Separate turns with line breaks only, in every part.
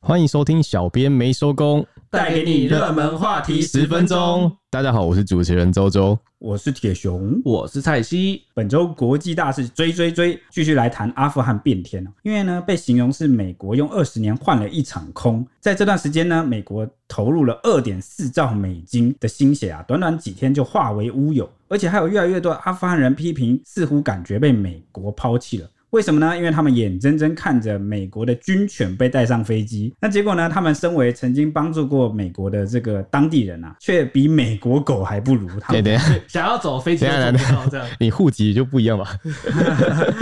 欢迎收听《小编没收工》，
带给你热门话题十分钟。
大家好，我是主持人周周。
我是铁熊，
我是蔡西，
本周国际大事追追追，继续来谈阿富汗变天哦因为呢，被形容是美国用二十年换了一场空，在这段时间呢，美国投入了二点四兆美金的心血啊，短短几天就化为乌有，而且还有越来越多的阿富汗人批评，似乎感觉被美国抛弃了。为什么呢？因为他们眼睁睁看着美国的军犬被带上飞机，那结果呢？他们身为曾经帮助过美国的这个当地人啊，却比美国狗还不如。他
对
们
对，
想要走飞机都
等一
走
下
不到这样，
你户籍就不一样 吧？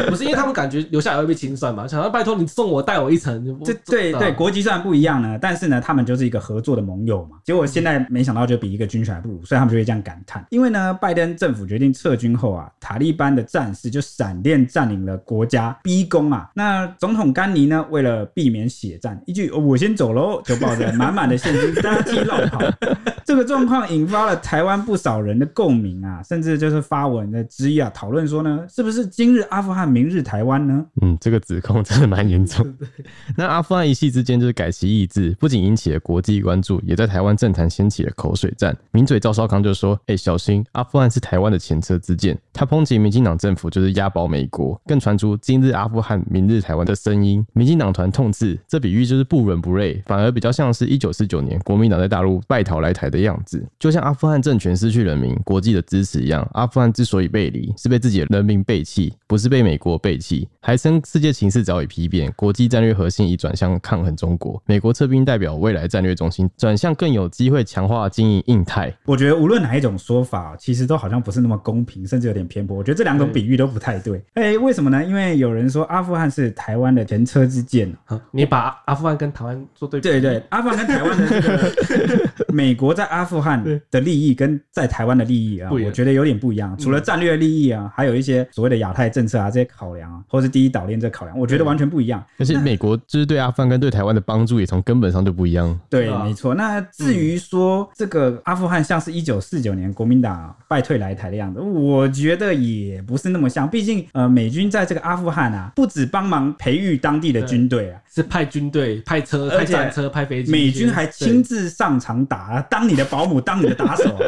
不是因为他们感觉留下来会被清算嘛？想要拜托你送我带我一程，
这对
啊
对国籍虽然不一样呢，但是呢，他们就是一个合作的盟友嘛。结果现在没想到就比一个军犬还不如，所以他们就会这样感叹。因为呢，拜登政府决定撤军后啊，塔利班的战士就闪电占领了国家，逼宫啊。那总统甘尼呢，为了避免血战，一句、哦我先走喽”，就抱着满满的现金搭机绕跑。这个状况引发了台湾不少人的共鸣啊，甚至就是发文的之一啊，讨论说呢，是不是今日阿富汗，明日台湾呢？
嗯，这个指控真的蛮严 重。那阿富汗一夕之间就是改旗易帜，不仅引起了国际关注，也在台湾政坛掀起了口水战。名嘴赵少康就说：“哎、小心，阿富汗是台湾的前车之鉴。”他抨击民进党政府就是押宝美国，更传出“今日阿富汗，明日台湾”的声音。民进党团痛斥这比喻就是不伦不类，反而比较像是一九四九年国民党在大陆败逃来台的样子，就像阿富汗政权失去人民、国际的支持一样。阿富汗之所以背离，是被自己的人民背弃，不是被美国背弃。还称世界情势早已丕变，国际战略核心已转向抗衡中国。美国撤兵代表未来战略中心转向更有机会强化经营印太。
我觉得无论哪一种说法，其实都好像不是那么公平，甚至有点偏颇。我觉得这两种比喻都不太对。哎、为什么呢？因为有人说阿富汗是台湾的前车之鉴。
好你把阿富汗跟台湾做对比，
对对，阿富汗跟台湾的 这个美国在阿富汗的利益跟在台湾的利益啊，
不一样嗯
我觉得有点不一样。除了战略利益啊，还有一些所谓的亚太政策啊这些考量啊，或是第一岛链这考量，我觉得完全不一样。
而且美国就是对阿富汗跟对台湾的帮助也从根本上就不一 样。
对，
对啊
没错。那
嗯
至于说这个阿富汗像是一九四九年国民党啊败退来台的样子，我觉得也不是那么像。毕竟呃，美军在这个阿富汗啊，不止帮忙培育当地的军队啊，
是派军队、派车、
而
派
且
战车、派飞机，
美军还亲
对
自上场打啊，当你的保姆，当你的打 手啊、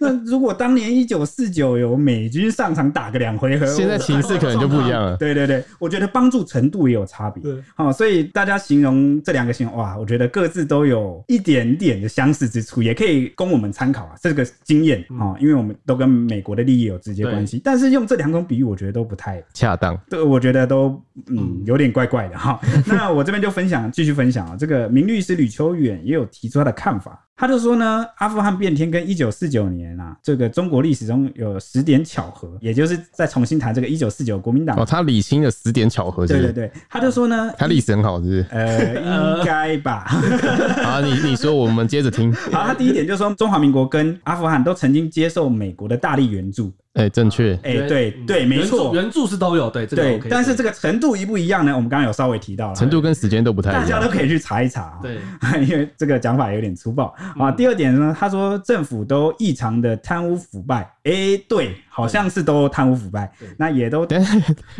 那如果当年一九四九有美军上场打个两回合，
现在
我
情势可能就不一样了。
对对对，我觉得帮助程度也有差别。
对
好、所以大家形容这两个形容，哇，我觉得各自都有一点点的相似之处，也可以供我们参考啊，这个经验啊、哦因为我们都跟美国的利益有直接关系。但是用这两种比喻，我觉得都不太
恰当，
对，我觉得都嗯有点怪怪的哈。那我这边就分享，继续分享啊。这个名律师吕秋远也有提出他的看法，他就说呢，阿富汗变天跟一九四九年啊，这个中国历史中有十点巧合，也就是再重新谈这个一九四九国民党。
哦，他理清了十点巧合，是不
对
是？
对对，他就说呢，
他历史很好，是
呃，应该吧。
不是？好，你你说，我们接着听。
好，他第一点就是说，中华民国跟阿富汗都曾经接受美国的大力援助。
哎、正确。
哎、
原
对
嗯
对，没错，
原著原著是都有，对，这个
对
OK，。
但是这
个
个程度一不一样呢？我们刚刚有稍微提到了，
程度跟时间都不太
大
一
家
样
都。可以去查一查啊。
对，
因为这个讲法有点粗暴啊。第二点呢，他说政府都异常的贪污腐败，诶，对，好像是都贪污腐败
对，
那也都
等一下，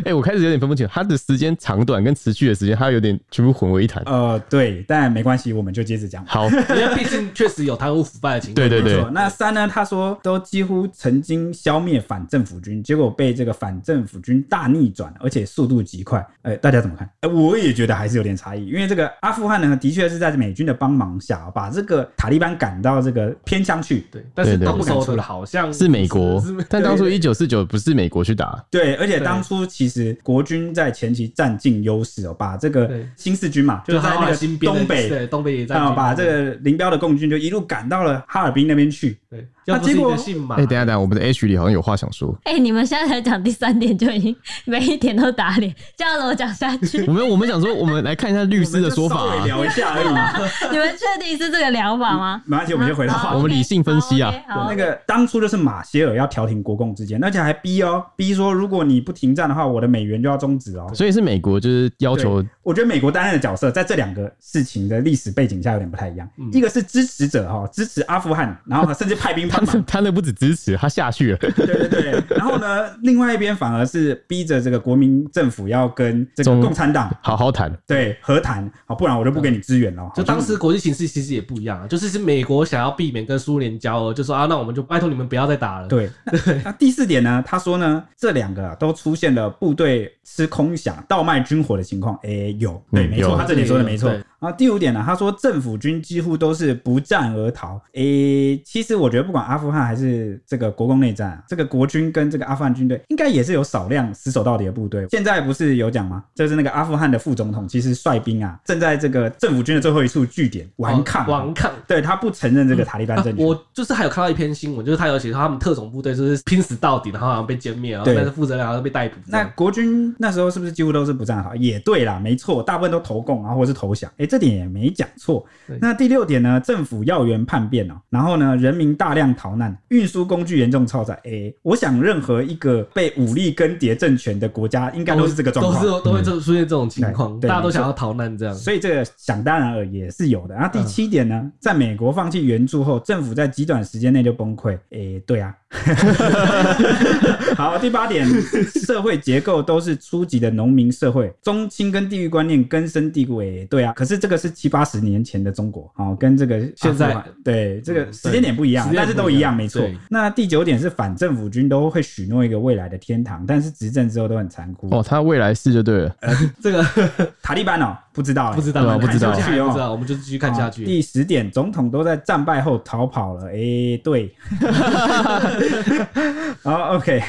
哎、我开始有点分不清，它的时间长短跟持续的时间，它有点全部混为一谈。
呃对，但没关系，我们就接着讲。
好，
因为毕竟确实有贪污腐败的情况，
对对对
没错那三呢？他说都几乎曾经消灭反政府军，结果被这个反政府军大逆转，而且速度极快。呃，大家怎么看？呃，我也觉得还是有点差异，因为这个阿富汗呢，的确是在美军的帮忙下，把这个塔利班赶到这个偏乡去，
对，但是
对对
动
对
手的好像
是美国
是是，
但当初一九四九不是美国去打，
对，而且
对
当初其实国军在前期占尽优势哦，把这个
对
新四军嘛，
就
在
哈
那
尔
个
新边的
东北，
对东北也在
啊，把这个林彪的共军就一路赶到了哈尔滨那边 去。
对，
那
要不是
啊结
你
果
的姓马
哎、，等一下等一下，我们的 H 里好像有话想说。
哎、你们现在才讲第三点，就已经 每一点都打脸，这样子我讲下去
我，们我们想说，我们来看一下律师的说法、
我们就稍
啊。
微聊一下而已 嘛。
你们确定是这个疗法吗？
没关系，我们就回到
好
话
我
题。
们理性分析啊
好，OK，好
那个当初就是马歇尔要调停国共之间，而且还逼哦，逼说如果你不停战的话，我的美元就要终止哦。
啊所以是美国就是要求
我觉得美国担任的角色在这两个事情的历史背景下有点不太一样，
嗯
一个是支持者哈，支持阿富汗，然后甚至派兵
他
帮忙
那，他那不止支持，他下去了，
对对对，然后呢，另外一边反而是逼着这个国民政府要跟这个
中
共产党
好好谈。
对和谈，好，不然我就不给你支援了。
就当时国际形势其实也不一样啊，就是是美国想要避免跟苏联交恶，就说啊，那我们就拜托你们不要再打了。，
对，那那第四点呢？他说呢，这两个都出现了部队吃空饷、倒卖军火的情况。诶，有，对，
嗯
没错，
有
他这里说的没错
对。
啊，第五点呢，他说政府军几乎都是不战而逃。诶，其实我觉得不管阿富汗还是这个国共内战啊，这个国军跟这个阿富汗军队应该也是有少量死守到底的部队。现在不是有讲吗？就是那个阿富汗的副总统其实率兵啊，正在这个政府军的最后一处据点顽抗啊，
哦顽抗。
对他不承认这个塔利班
啊
政权。
我就是还有看到一篇新闻，就是他有写说他们特种部队就是拼死到底，然后好像被歼灭，然后
对
但是负责人好像被逮捕。这
那
样
国军那时候是不是几乎都是不战好？也对啦，没错，大部分都投共啊，或者是投降。哎、这点也没讲错
对。
那第六点呢，政府要员叛变哦、然后呢，人民大量逃难，运输工具严重超载。哎、我想任何一个被武力更迭政权的国家，应该都是这个状况，
都是都会这出现这种情况，
嗯对
大家都想要逃难这样。
所以这个想当然尔也是有的。然后
嗯
第七点呢，在美国放弃援助后，政府在极短时间内就崩溃。诶、对啊。 好，第八点，社会结构都是初级的农民社会，宗亲跟地域观念根深蒂固。诶、对啊。可是这个是七八十年前的中国，哦，跟这个
现在
阿富汗对这个
嗯
时间点不一样，
对
但是都一样，没错
对。
那第九点是反政府军都会许诺一个未来的天堂，但是执政之后都很残酷。
哦，他未来是就对了，
这 个
塔利班哦，不知道、诶
不知道
对啊，
看
不知道
下去
还
不
不
知
知
道，
道
我们就继续看下
啊
去。
第十点，总统都在战败后逃跑了。诶，对。 好，OK。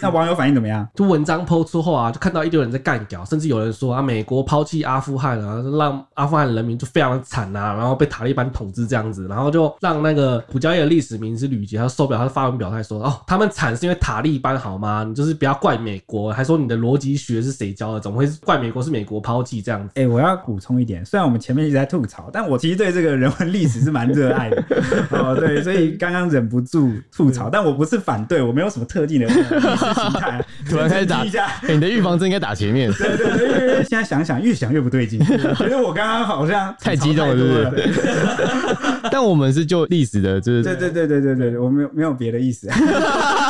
那 网友反应怎么样？
就文章抛出后啊，就看到一堆人在干屌，甚至有人说啊，美国抛弃阿富汗啊，让阿富汗人民就非常的惨啊，然后被塔利班统治这样子，然后就让那个普加耶的历史名师吕杰他受不了，他发文表态说，哦，他们惨是因为塔利班好吗？你就是不要怪美国，还说你的逻辑学是谁教的，怎么会是怪美国是美国抛弃这样子？
哎、我要补充一点，虽然我们前面一直在吐槽，但我其实对这个人文历史是蛮热爱的。 哦，对，所以刚刚忍不住吐槽，但我不是反对，我没有什么特定的历史心态啊。
突然开始打
澄清一下，
哎你的预防针应该打前 面，
对对对对，对现在想想越想越 不对劲，觉得我刚刚好像
太激动了
吐槽太多了。
是但我们是就历史的，就
对
是
对对对对对，我没有没有别的意思，啊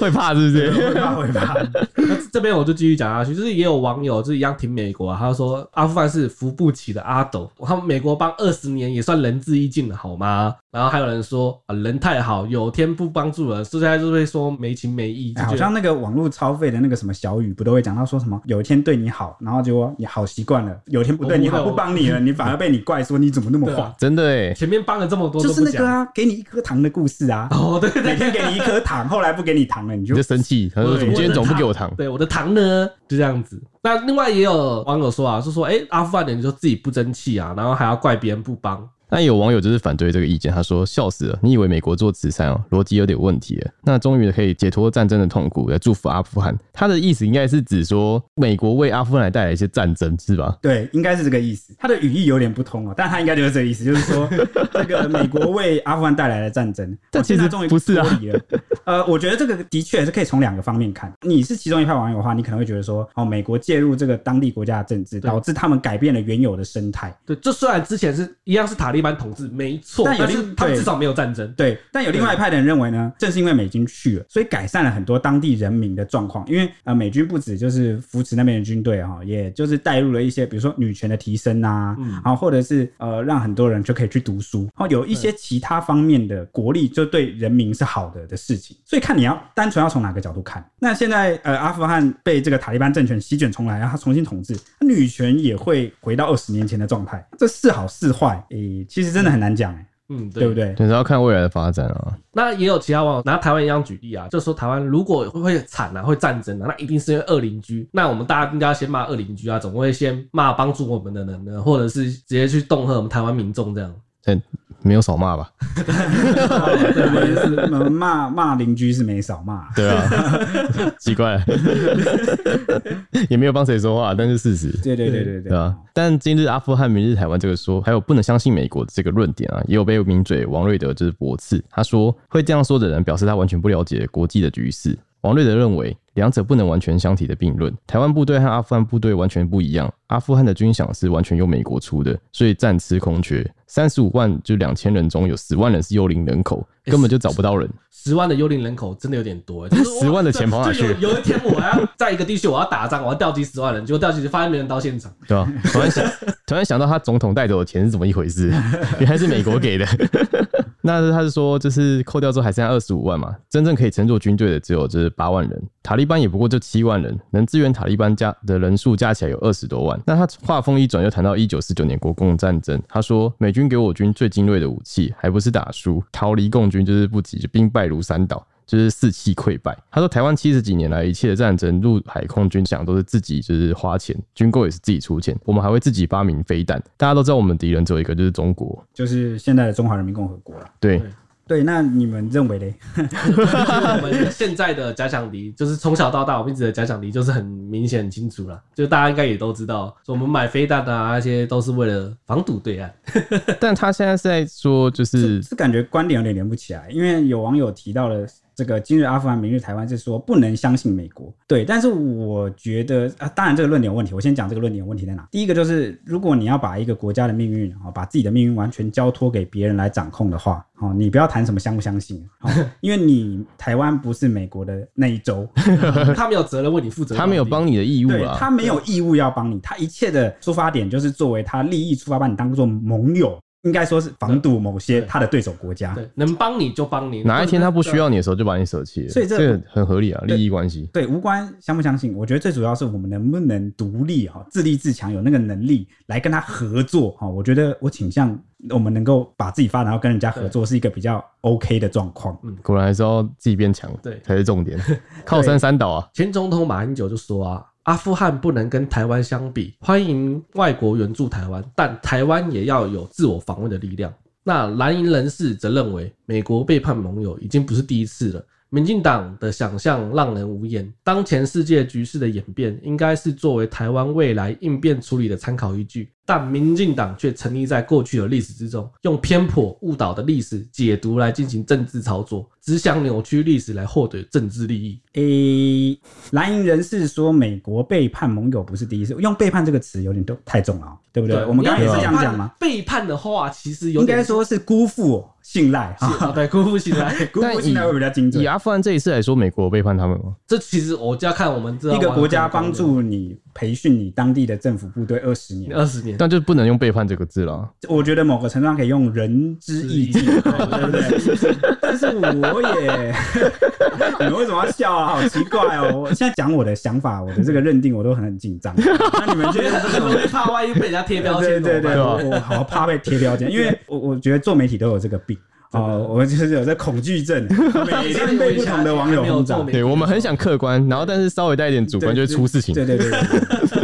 会怕是不是？
会吧会吧。
那这边我就继续讲下去，就是也有网友就是一样挺美国、啊，他说阿富汗是扶不起的阿斗，他们美国帮二十年也算仁至义尽了好吗？然后还有人说啊人太好，有天不帮助人，现在就会说没情没义，就
哎好
觉得
像那个网络超费的那个什么小雨，不都会讲到说什么有一天对你好，然后结果你好习惯了，有一天不对你好，
我不会
不帮你了，你反而被你怪说你怎么那 么
对
坏
啊，
真的哎，
前面帮了这么多
就
都
是
不
那个
讲。
啊，给你一颗糖的故事啊，
哦，对对
每
对，
天给你一颗糖，后来不给你糖了，你就
你就生气，他说
我
你今天怎么不给我糖？
对，我的糖呢？就这样子。那另外也有网友说啊，就说哎、阿富汗人就自己不争气啊，然后还要怪别人不帮。
那有网友就是反对这个意见，他说：“笑死了，你以为美国做慈善哦，逻辑有点问题了。那终于可以解脱战争的痛苦，来祝福阿富汗。”他的意思应该是指说，美国为阿富汗来带来一些战争，是吧？
对，应该是这个意思。它的语义有点不通哦，但它应该就是这个意思，就是说这个美国为阿富汗带来的战争，
但
我现在
其实
终于
不是啊
脱离了。呃，我觉得这个的确是可以从两个方面看。你是其中一派网友的话，你可能会觉得说，哦，美国介入这个当地国家的政治，
对
导致他们改变了原有的生态。
对，就虽然之前是一样是塔利班统治，没错，
但有
但
另
是他们
对
至少没有战争。
对，但有另外一派的人认为呢，正是因为美军去了，所以改善了很多当地人民的状况。因为呃，美军不止就是扶持那边的军队哈、也就是带入了一些，比如说女权的提升啊，
嗯
然后或者是呃，让很多人就可以去读书，然后有一些其他方面的国力就对人民是好的的事情。所以看你要单纯要从哪个角度看。那现在呃，阿富汗被这个塔利班政权席卷重来，然后他重新统治，女权也会回到二十年前的状态，这是好是坏，诶、其实真的很难讲、诶
嗯，
对不对？
就是要看未来的发展啊。
那也有其他网友拿台湾一样举例啊，就说台湾如果会会惨啊，会战争啊，那一定是因为恶邻居。那我们大家应该要先骂恶邻居啊，总不会先骂帮助我们的人呢，或者是直接去恫吓我们台湾民众这样。
但没有少骂吧？
对，没事，骂骂邻居是没少骂。
对啊，奇怪， 也没有帮谁说话，但是事实。
对对对对
对啊，但今日阿富汗，明日台湾这个说，还有不能相信美国的这个论点啊，也有被名嘴王瑞德就是驳斥。他说，会这样说的人表示他完全不了解国际的局势。王瑞德认为，两者不能完全相提的并论。台湾部队和阿富汗部队完全不一样，阿富汗的军饷是完全由美国出的，所以战吃空缺。三十五万就两千人中有十万人是幽灵人口，根本就找不到人。
十万的幽灵人口真的有点多欸，就是哇
十万的钱跑哪去
就有有一天我要在一个地区，我要打仗，我要调集十万人，结果调集发现没人到现场，
对吧、啊突然想，突然想到他总统带走的钱是怎么一回事？原来是美国给的。那他是说，就是扣掉之后还剩下二十五万嘛，真正可以乘坐军队的只有就是八万人，塔利班也不过就七万人，能支援塔利班加的人数加起来有二十多万。那他话锋一转，又谈到一九四九年国共战争，他说美军给我军最精锐的武器，还不是打输，逃离共军就是不及，就兵败如山倒。就是士气溃败。他说，台湾七十几年来一切的战争，陆海空军饷都是自己就是花钱，军购也是自己出钱，我们还会自己发明飞弹。大家都知道我们敌人只有一个，就是中国。
就是现在的中华人民共和国了。
对
对
对，那你们认为嘞？
就是我们现在的假想敌，就是从小到大我们一直的假想敌，就是很明显很清楚了，就大家应该也都知道，说我们买飞弹啊，那些都是为了防堵对岸。
但他现在是在说，就是
是感觉观点有点连不起来，因为有网友提到了这个今日阿富汗，明日台湾，是说不能相信美国。对，但是我觉得啊，当然这个论点有问题。我先讲这个论点有问题在哪。第一个就是，如果你要把一个国家的命运啊、哦把自己的命运完全交托给别人来掌控的话，哦，你不要谈什么相不相信，哦、因为你台湾不是美国的那一州，
他没有责任为你负责，
他没有帮你的义务
对
啊。
他没有义务要帮你，他一切的出发点就是作为他利益出发，把你当做盟友。应该说是防堵某些他的对手国家，
对，能帮你就帮你。
哪一天他不需要你的时候，就把你舍弃了。
所以这
这个很合理啊，
对
利益关系。
对，无关相不相信，我觉得最主要是我们能不能独立哈、自立自强，有那个能力来跟他合作哈、我觉得我倾向我们能够把自己发展到跟人家合作，是一个比较 OK 的状况。
果然还是要自己变强，
对
才是重点。靠山山倒啊，
前总统马英九就说啊，阿富汗不能跟台湾相比，欢迎外国援助台湾，但台湾也要有自我防卫的力量。那蓝营人士则认为，美国背叛盟友已经不是第一次了。民进党的想象让人无言。当前世界局势的演变，应该是作为台湾未来应变处理的参考依据，但民进党却沉溺在过去的历史之中，用偏颇误导的历史解读来进行政治操作，只想扭曲历史来获得政治利益。
诶、蓝营人士说美国背叛盟友不是第一次，用背叛这个词有点都太重了哦，对不对？我们刚刚也
因
是
为
这样
背叛
讲吗？？
背叛的话，其实有
应该
点
说是辜负我信赖哈，
啊，对，辜负起来。
辜
但
负信赖
以
会比较精准
以。阿富汗这一次来说，美国背叛他们吗？
这其实我就要看我们这
一个国家帮助你培训你当地的政府部队二十年，
嗯
二十年，
但就不能用背叛这个字了。啊
我觉得某个程度上可以用仁之义尽，
是
对不对？但是我也， 你们为什么要笑啊？好奇怪哦！我现在讲我的想法，我的这个认定，我都很紧 张。那你们觉
觉
得
得这
这
个
种？
会怕万一被人家贴标
对
签，
对对，
怎么
我
办
我好怕被贴标签，因为我我觉得做媒体都有这个病。哦，我就是有这恐 惧症，每天被不同的网友轰炸。
对我们很想客观，然后但是稍微带一点主观就会出事情。
对对对对。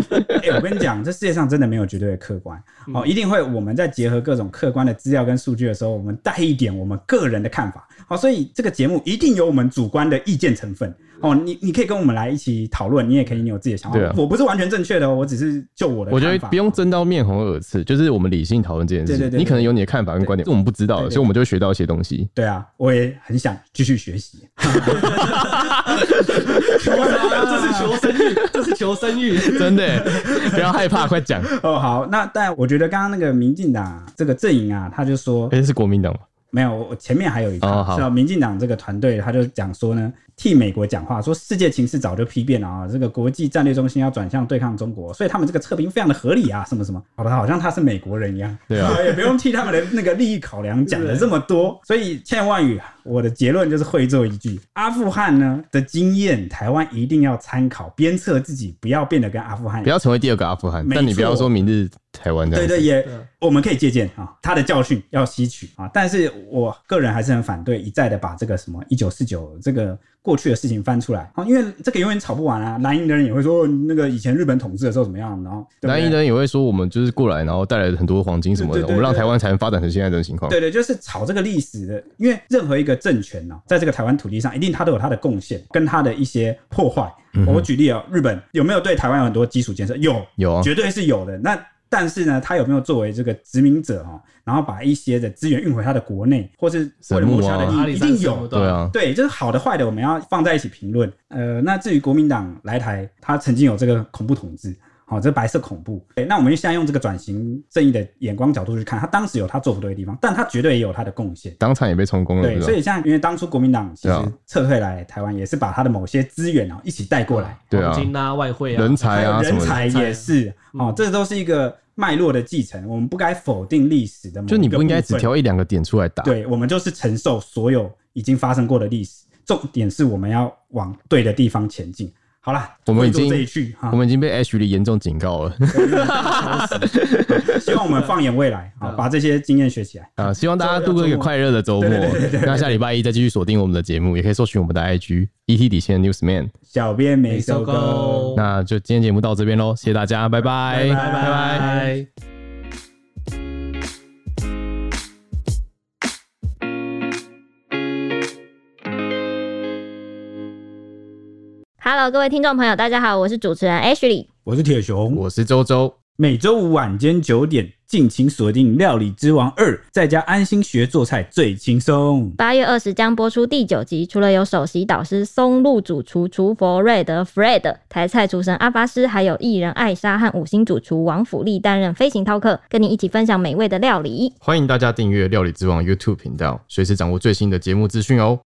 哎、我跟你讲，这世界上真的没有绝对的客观哦，一定会我们在结合各种客观的资料跟数据的时候，我们带一点我们个人的看法。好、所以这个节目一定有我们主观的意见成分哦。你你可以跟我们来一起讨论，你也可以你有自己的想法。
对啊
我不是完全正确的哦，我只是就我的看法，
我觉得不用争到面红耳赤，就是我们理性讨论这件事
对
情。
对对
你可能有你的看法跟观点，是我们不知道
对
的，
对对
所以我们就会学到一些东 西。
对啊，我也很想继续学习。
这是求生欲，这是求生欲。
真的耶，不要害怕，快讲。
哦，好，那但我觉得刚刚那个民进党这个阵营啊，他就说
哎，是国民党吗？
没有，我我前面还有一个、
哦好
是吧民进党这个团队，他就讲说呢，替美国讲话，说世界情势早就批变了啊，这个国际战略中心要转向对抗中国，所以他们这个测评非常的合理啊，什么什么，好的，好像他是美国人一样，
对啊，
也不用替他们的那个利益考量讲了这么多，所以千言万语，我的结论就是会做一句，阿富汗呢的经验，台湾一定要参考鞭策自己，不要变得跟阿富汗一
不
样。
要成为第二个阿富汗，
没错
但你不要说明日台湾这
对
样子。
对，也
对啊
我们可以借鉴啊，他的教训要吸取啊。但是我个人还是很反对一再的把这个什么一九四九这个过去的事情翻出来啊，因为这个永远吵不完啊。蓝营的人也会说哦那个以前日本统治的时候怎么样，然后对不对
南一人也会说我们就是过来，然后带来很多黄金什么
对对
的，
对
我们让
对
台湾才能发展成现在的情况。
对对，就是炒这个历史的，因为任何一个政权呢、在这个台湾土地上，一定它都有它的贡献跟它的一些破坏。我举例啊、日本有没有对台湾有很多基础建设？有，
有啊
绝对是有的。那但是呢，他有没有作为这个殖民者哦，然后把一些的资源运回他的国内，或是为了谋取他的
神木
阿
利益，
里
一
山
定
什
有
么。
对，啊，
对，就是好的坏的，我们要放在一起评论。呃，那至于国民党来台，他曾经有这个恐怖统治，好、这白色恐怖。对，那我们现在用这个转型正义的眼光角度去看，他当时有他做不对的地方，但他绝对也有他的贡献。
当场也被充公了，
对，
是吧
所？以像因为当初国民党其
对
实
啊
撤退来台湾，也是把他的某些资源哦一起带过来，
对啊
黄金啊，外汇啊，
人才啊
还有
什
人
么的，
才也是哦
嗯，
这都是一个脉络的继承。我们不该否定历史的某一
就
个部分，
你不应该只挑一啊两个点出来打。
对，我们就是承受所有已经发生过的历史。重点是我们要往对的地方前进。好啦，
我们已
做
经
这一句哈
我，们已经被 H 里严重警告了
希望我们放眼 未来啊，
嗯
把这些经验学起来。
啊！希望大家度过一个快乐的周末
对对对对。
那下礼拜一再继续锁定我们的节目，也可以搜寻我们的 IG ET 底线 Newsman。
小编没
没收
收
购
工。
那就今天节目到这边喽，谢谢大家，拜拜，
拜
拜拜。
Hello，各位听众朋友，大家好，我是主持人 Ashley。
我是铁熊，
我是周周，
每周五晚间九点，敬请锁定《料理之王二》，在家安心学做菜最轻松。
八月二十将播出第九集，除了有首席导师松露主厨厨佛瑞德 （Fred）、台菜厨神阿发师，还有艺人艾莎和五星主厨王府力担任飞行饕客，跟你一起分享美味的料理。
欢迎大家订阅《料理之王》YouTube 频道，随时掌握最新的节目资讯哦。